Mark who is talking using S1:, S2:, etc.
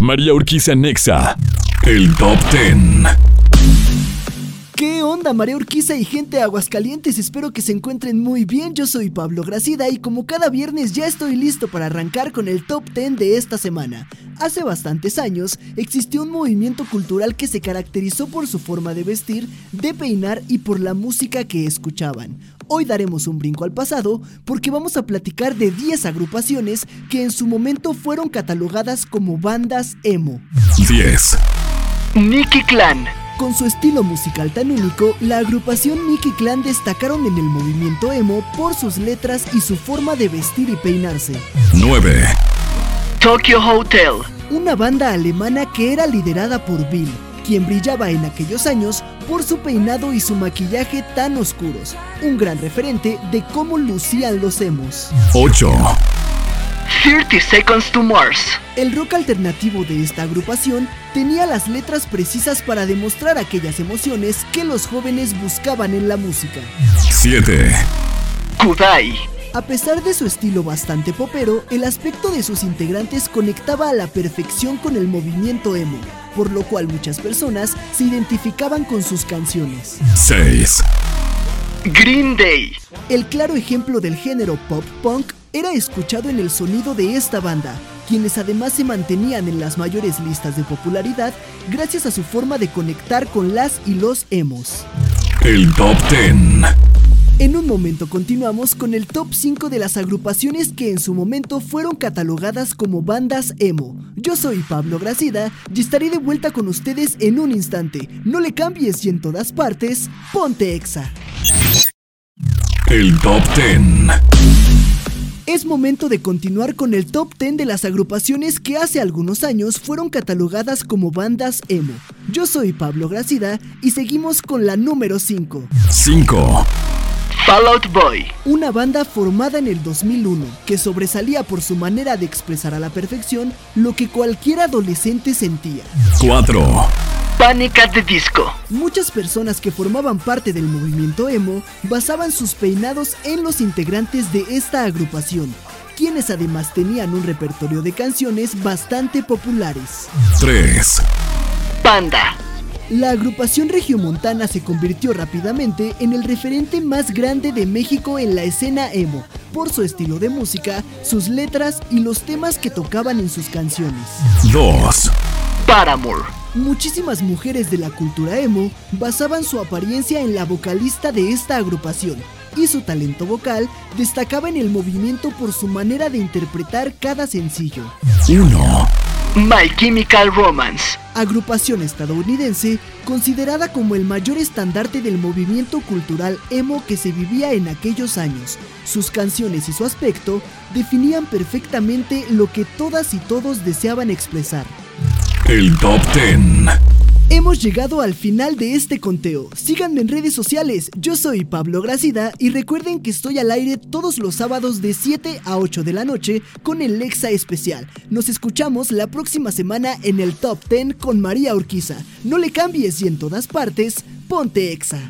S1: María Urquiza Nexa. El Top Ten.
S2: ¿Qué onda, María Urquiza y gente de Aguascalientes? Espero que se encuentren muy bien. Yo soy Pablo Gracida y como cada viernes ya estoy listo para arrancar con el top 10 de esta semana. Hace bastantes años existió un movimiento cultural que se caracterizó por su forma de vestir, de peinar y por la música que escuchaban. Hoy daremos un brinco al pasado porque vamos a platicar de 10 agrupaciones que en su momento fueron catalogadas como bandas emo.
S1: 10.
S3: Nicky Clan.
S2: Con su estilo musical tan único, la agrupación Nicky Clan destacaron en el movimiento emo por sus letras y su forma de vestir y peinarse.
S1: 9.
S3: Tokyo Hotel.
S2: Una banda alemana que era liderada por Bill, quien brillaba en aquellos años por su peinado y su maquillaje tan oscuros, un gran referente de cómo lucían los emos.
S1: 8.
S3: 30 Seconds to Mars.
S2: El rock alternativo de esta agrupación tenía las letras precisas para demostrar aquellas emociones que los jóvenes buscaban en la música.
S1: 7.
S3: Kudai.
S2: A pesar de su estilo bastante popero, el aspecto de sus integrantes conectaba a la perfección con el movimiento emo, por lo cual muchas personas se identificaban con sus canciones.
S1: 6.
S3: Green Day.
S2: El claro ejemplo del género pop punk era escuchado en el sonido de esta banda, quienes además se mantenían en las mayores listas de popularidad gracias a su forma de conectar con las y los emos.
S1: El Top Ten.
S2: En un momento continuamos con el top 5 de las agrupaciones que en su momento fueron catalogadas como bandas emo. Yo soy Pablo Gracida y estaré de vuelta con ustedes en un instante. No le cambies y en todas partes, ponte exa.
S1: El Top Ten.
S2: Es momento de continuar con el top 10 de las agrupaciones que hace algunos años fueron catalogadas como bandas emo. Yo soy Pablo Gracida y seguimos con la número 5.
S1: 5.
S3: Fall Out Boy.
S2: Una banda formada en el 2001 que sobresalía por su manera de expresar a la perfección lo que cualquier adolescente sentía.
S1: 4.
S3: Panic at the Disco.
S2: Muchas personas que formaban parte del movimiento emo basaban sus peinados en los integrantes de esta agrupación, quienes además tenían un repertorio de canciones bastante populares.
S1: 3.
S3: Panda.
S2: La agrupación regiomontana se convirtió rápidamente en el referente más grande de México en la escena emo, por su estilo de música, sus letras y los temas que tocaban en sus canciones.
S1: 2.
S3: Paramore.
S2: Muchísimas mujeres de la cultura emo basaban su apariencia en la vocalista de esta agrupación y su talento vocal destacaba en el movimiento por su manera de interpretar cada sencillo.
S1: 1.
S3: My Chemical Romance.
S2: Agrupación estadounidense considerada como el mayor estandarte del movimiento cultural emo que se vivía en aquellos años. Sus canciones y su aspecto definían perfectamente lo que todas y todos deseaban expresar.
S1: El Top Ten.
S2: Hemos llegado al final de este conteo. Síganme en redes sociales. Yo soy Pablo Gracida y recuerden que estoy al aire todos los sábados de 7 a 8 de la noche con el Lexa especial. Nos escuchamos la próxima semana en el Top 10 con María Urquiza. No le cambies y en todas partes, ponte Exa.